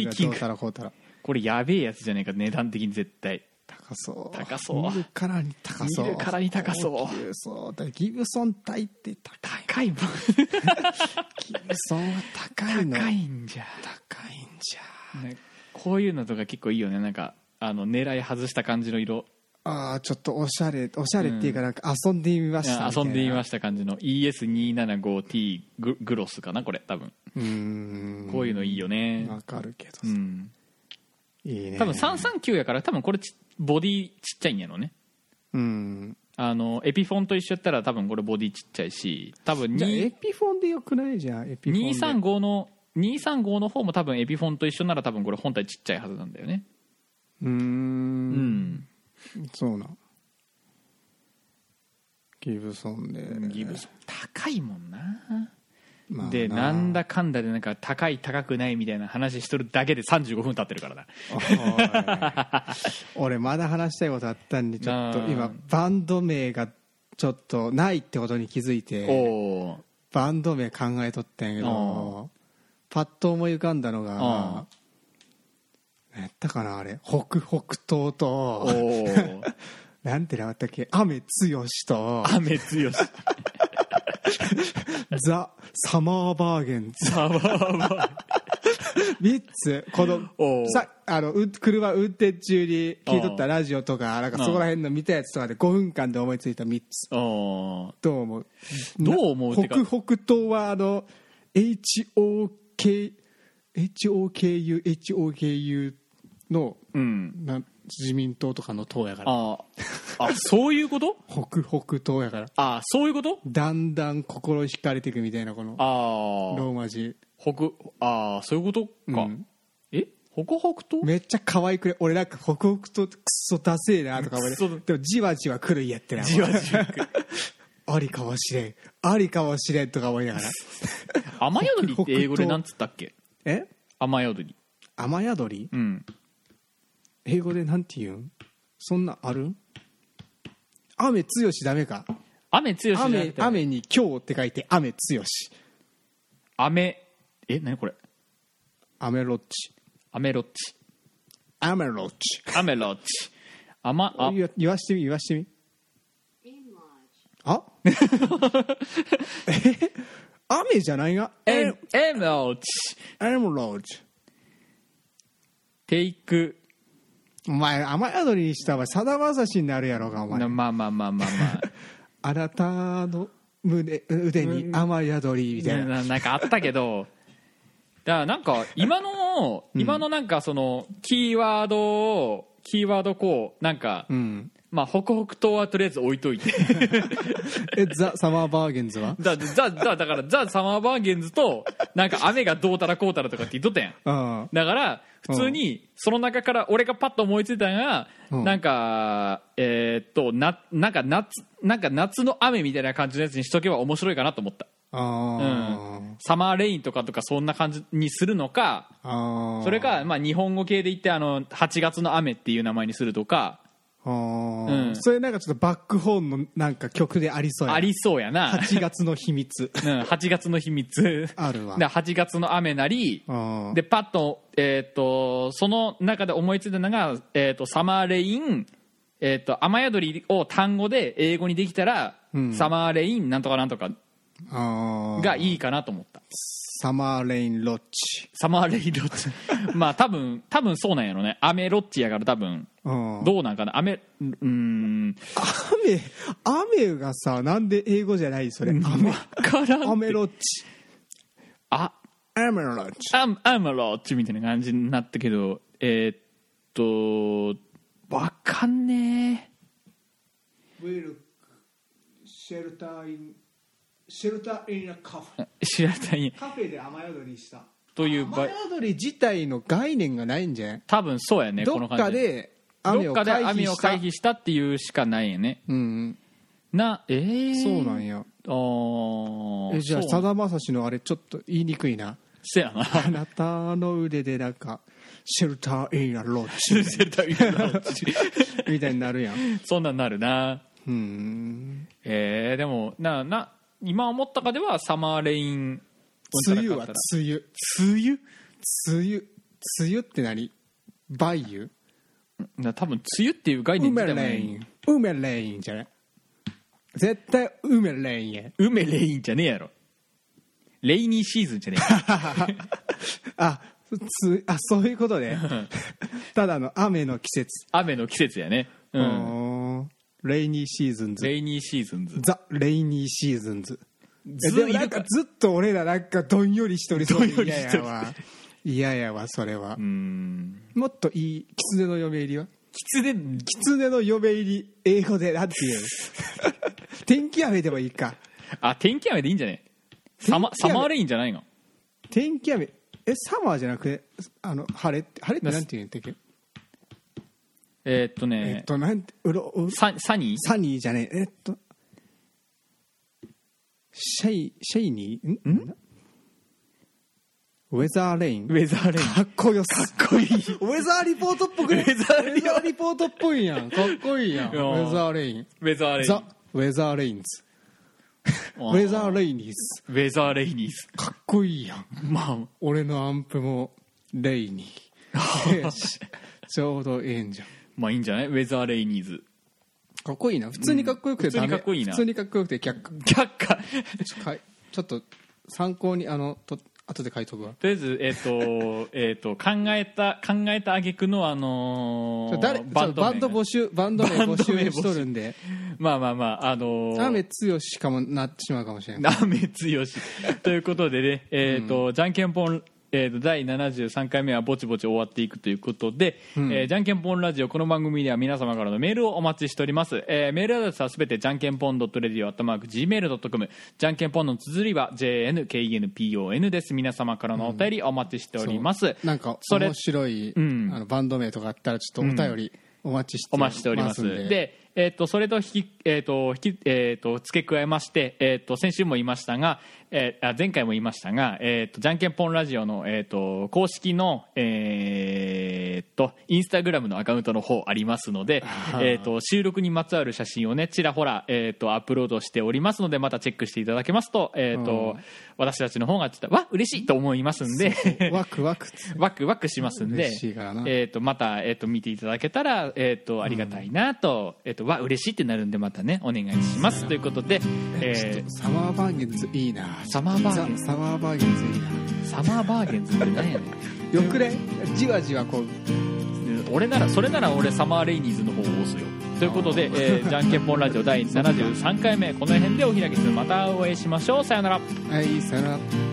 A: BB
B: が
A: キング
B: どうたらこうたら
A: これやべえやつじゃねえか値段的に絶対
B: 高そう
A: 高そう
B: 見るからに高そう
A: 見るからに高そう
B: 高級そうだギブソン大って高い
A: 高いもん
B: ギブソンは高いの
A: 高いんじゃ、
B: 高いんじゃ
A: ねこういうのとか結構いいよねなんかあの狙い外した感じの色
B: ああちょっとおしゃれおしゃれっていうかなんか遊んでみましたみたいな
A: 遊んでみました感じの ES275T ググロスかなこれ多分
B: うーん
A: こういうのいいよね
B: わかるけどさ、
A: うん
B: いいね
A: 多分339やから多分これちボディちっちゃいんやろね
B: うん
A: あのエピフォンと一緒やったら多分これボディちっちゃいし多分
B: じゃあエ
A: に
B: ピフォンでよくないじゃんエピフォンで
A: 235の235の方も多分エピフォンと一緒なら多分これ本体ちっちゃいはずなんだよね
B: うーん
A: うんん
B: そうなんギブソンで
A: ギブソン高いもんな
B: まあ
A: でなんだかんだでなんか高い高くないみたいな話しとるだけで35分経ってるからな
B: おい俺まだ話したいことあったんでちょっと
A: あー
B: 今バンド名がちょっとないってことに気づいて
A: おー
B: バンド名考えとったんやけどパッと思い浮かんだのが
A: あ
B: 何やったかなあれ北北東
A: お
B: と
A: ー
B: なんてなかったっけ雨強しと
A: 雨強し
B: ザ・サマーバーゲン
A: サバーバー
B: 3つこの
A: おう
B: さあのう車運転中に聞いとったラジオとかなんかそこら辺の見たやつとかで5分間で思いついた3つ
A: おー
B: どう思う
A: どう思う
B: な
A: ってか
B: 北北東はあの HOK HOKUHOKU の
A: うん
B: な自民党とかの党やから
A: あーあそういうこと
B: 北北東やから
A: あーそういうこと
B: だんだん心惹かれていくみたいなこの
A: あ
B: ロ
A: あ
B: ーマ字
A: 北ああそういうことか、
B: うん
A: え北北東
B: めっちゃ可愛くね俺なんか北北東ってクソダセえなとか思
A: クソ
B: ってでもじわじわ来るんやってな
A: じわじわく
B: ありかもしれんありかもしれんとか思いなが ら
A: 雨宿りって英語でなんつったっけ
B: え
A: 雨宿り
B: 雨宿り
A: うん
B: 英語でなんて言うんそんなある雨強しダメか
A: 雨強しじゃなく
B: 雨
A: て
B: 雨に今日って書いて雨強し
A: 雨え何これ
B: 雨ロッチ
A: 雨ロッチ
B: 雨ロッチ
A: 雨ロッチ雨あ
B: 言わ言わしてみ言わしてみあ え雨じゃないが
A: えんえんロッチ
B: 雨ロッチ
A: テイク
B: お前雨宿りにしたらお前さだまさしになるやろがお前
A: なまあまあまあまあまあ
B: あなたの胸腕に雨宿りみたいな
A: ななんかあったけど だからなんか今の、今のなんかそのキーワードをキーワードこうなんか、
B: うん
A: まあ北北東はとりあえず置いと いて
B: えザ・サマーバーゲンズは
A: だだだだからザ・サマーバーゲンズとなんか雨がどうたらこうたらとかって言っとったやん
B: うん
A: だから普通にその中から俺がパッと思いついたのが、
B: うん
A: なんかえーっとななんか夏なんか夏の雨みたいな感じのやつにしとけば面白いかなと思った
B: あー
A: サマーレインとかとかそんな感じにするのか
B: あー
A: それか、まあ、日本語系で言ってあの8月の雨っていう名前にするとか
B: あ
A: う
B: ー
A: ん
B: それなんかちょっとバックホーンのなんか曲でありそうや
A: ありそうやな、
B: 8月の秘密
A: うん、8月の秘密
B: あるわ
A: で8月の雨なり
B: あー
A: でパッと,、えー、とその中で思いついたのが、えー、とサマーレイン、えー、と雨宿りを単語で英語にできたら、
B: うん
A: サマーレインなんとかなんとか
B: あー
A: がいいかなと思った、
B: サマーレインロッチ
A: サマーレインロッチ まあ多分多分そうなんやろね雨ロッチやから多分
B: うん
A: どうなんかな雨うーん
B: 雨雨がさなんで英語じゃないそれ雨
A: からん
B: 雨ロッチ
A: あ
B: 雨ロッチ
A: アムアムロッチみたいな感じになったけどえーっとわかんね
B: ウィルシェルターインシェルターインカフェ
A: え知らない
B: カフェで雨宿りした
A: という場合
B: 雨宿り自体の概念がないんじゃない、
A: 多分そうやねこ
B: ど
A: の
B: っ
A: 感じ
B: かで雨
A: ど
B: を
A: っかで
B: 回避
A: 網を
B: した
A: 回避したっていうしかないよね
B: うん
A: なえ
B: う
A: ー、
B: んそうなんや
A: あー
B: えじゃあ
A: そ
B: さ
A: う
B: だまさしのあれちょっと言いにくいな
A: せやな
B: あなたの腕でなんかシェルターインアロッチ
A: 絶対アムロッチ
B: みたいになるやん
A: そんなんなるな
B: うん
A: えー、でもなな今思ったかではサマーレイン
B: 梅雨は梅雨
A: 梅雨
B: 梅雨梅雨って何梅雨
A: な多分梅雨っていう概念自
B: 梅
A: 体もな
B: レイ
A: い
B: ン梅レインじゃない絶対梅レインや
A: 梅レインじゃねえやろレイニーシーズンじゃねえ か
B: あつあそういうことねただの雨の季節、
A: 雨の季節やね
B: う
A: うん
B: ん、レイニーシーズンズ
A: レイニーシーズンズ
B: ザ・レイニーシーズンズえ
A: ず
B: で
A: い
B: も
A: る
B: なん
A: か
B: かずっと俺らなんかどんよりしとりそうで
A: どんよりし
B: 嫌
A: とり
B: やわ嫌やわそれは
A: う、ん
B: もっといい狐の嫁入りは
A: きつね
B: 狐の嫁入り英語でなんて言う 天気雨でもいいか
A: あ天気雨でいいんじゃねサマ
B: 天気
A: サ
B: 雨
A: マーレインじゃないの
B: 天気雨えサマーじゃなくてあの晴れって晴れってなんて言うんだっけ
A: えーっと
B: え
A: ね
B: っ、となんてうろう
A: ササニー
B: サニーじゃねええっとシャイシャイニーんんウェザーレイン
A: ウェザーレイン
B: かっこよす
A: かっこいい
B: ウェザーリポートっぽくね
A: ウェザーリポート
B: ウェザーリポートっぽいやんかっこいいや
A: い
B: ん ウ
A: やー
B: ェザーレイン
A: ウェザーレイン
B: ザ・ウェザーレインズウェザーレイニーズ
A: ウェザーレイニーズ
B: かっこいいやん
A: ま
B: 俺のアンプもレイニー よしちょうどええんじゃん
A: あまあいいんじゃないウェザーレイニーズ
B: かっこいいな普通にかっこよくてダメ、
A: うん普通にかっこいいな
B: 普通にかっこよくて却下
A: 却下
B: ちょかいちょっと参考にあのと後で書いとくわ
A: とりあえずえっ、とえっ、と考えた考えた挙句のあのー
B: 誰
A: バンド名
B: バンド募集バンド名
A: バン
B: 募
A: ド名募集
B: 集しとるんで
A: まあまあまああのー
B: 雨強しかもなってしまうかもしれない
A: なめつよ しということでねえっ、と、じゃんけんぽんえー、と第73回目はぼちぼち終わっていくということで、えーじゃんけんぽんラジオこの番組では皆様からのメールをお待ちしております、えーメールアドレスはすべてじゃんけんぽん .radio.gmail.com じゃんけんぽんの綴りは JNKENPON です皆様からのお便りお待ちしております、
B: なんか
A: それ
B: 面白い、
A: ん
B: あのバンド名とかあったらちょっとお便りお待ちして
A: お待ちしております
B: んで
A: で、えっとそれと引き、えっと引きえっと付け加えまして、えっと先週も言いましたが、えーあ前回も言いましたが、えっとじゃんけんぽんラジオの、えっと公式の、えっとインスタグラムのアカウントの方ありますので、えっと収録にまつわる写真をねちらほら、えっとアップロードしておりますのでまたチェックしていただけますと,、えっと私たちの方がちょっとわっ嬉しいと思いますんで。
B: ワクワク
A: ワクワクしますんで
B: 嬉しいからな
A: えー、とまた、えー、と見ていただけたら、えー、とありがたいなと,、えー、とわ嬉しいってなるんでまたねお願いしますということで、えー
B: サマーバーゲンズいいな
A: サマーバーゲンズ
B: ザサマーバーゲンズいい
A: サマーバーゲンズって何やね
B: なよくねじわじわこう
A: うん俺ならそれなら俺サマーレイニーズの方を押すよということで、え ーじゃんけんぽんラジオ第73回目この辺でお開きですまたお会いしましょうさよなら
B: はいさよなら